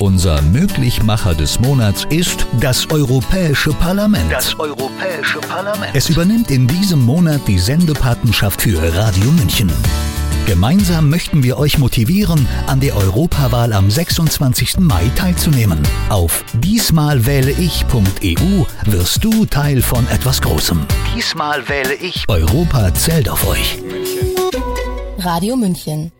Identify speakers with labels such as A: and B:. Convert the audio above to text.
A: Unser Möglichmacher des Monats ist das Europäische Parlament.
B: Das Europäische Parlament.
A: Es übernimmt in diesem Monat die Sendepatenschaft für Radio München. Gemeinsam möchten wir euch motivieren, an der Europawahl am 26. Mai teilzunehmen. Auf diesmalwähleich.eu wirst du Teil von etwas Großem.
B: Diesmal wähle ich
A: Europa zählt auf euch.
C: Radio München.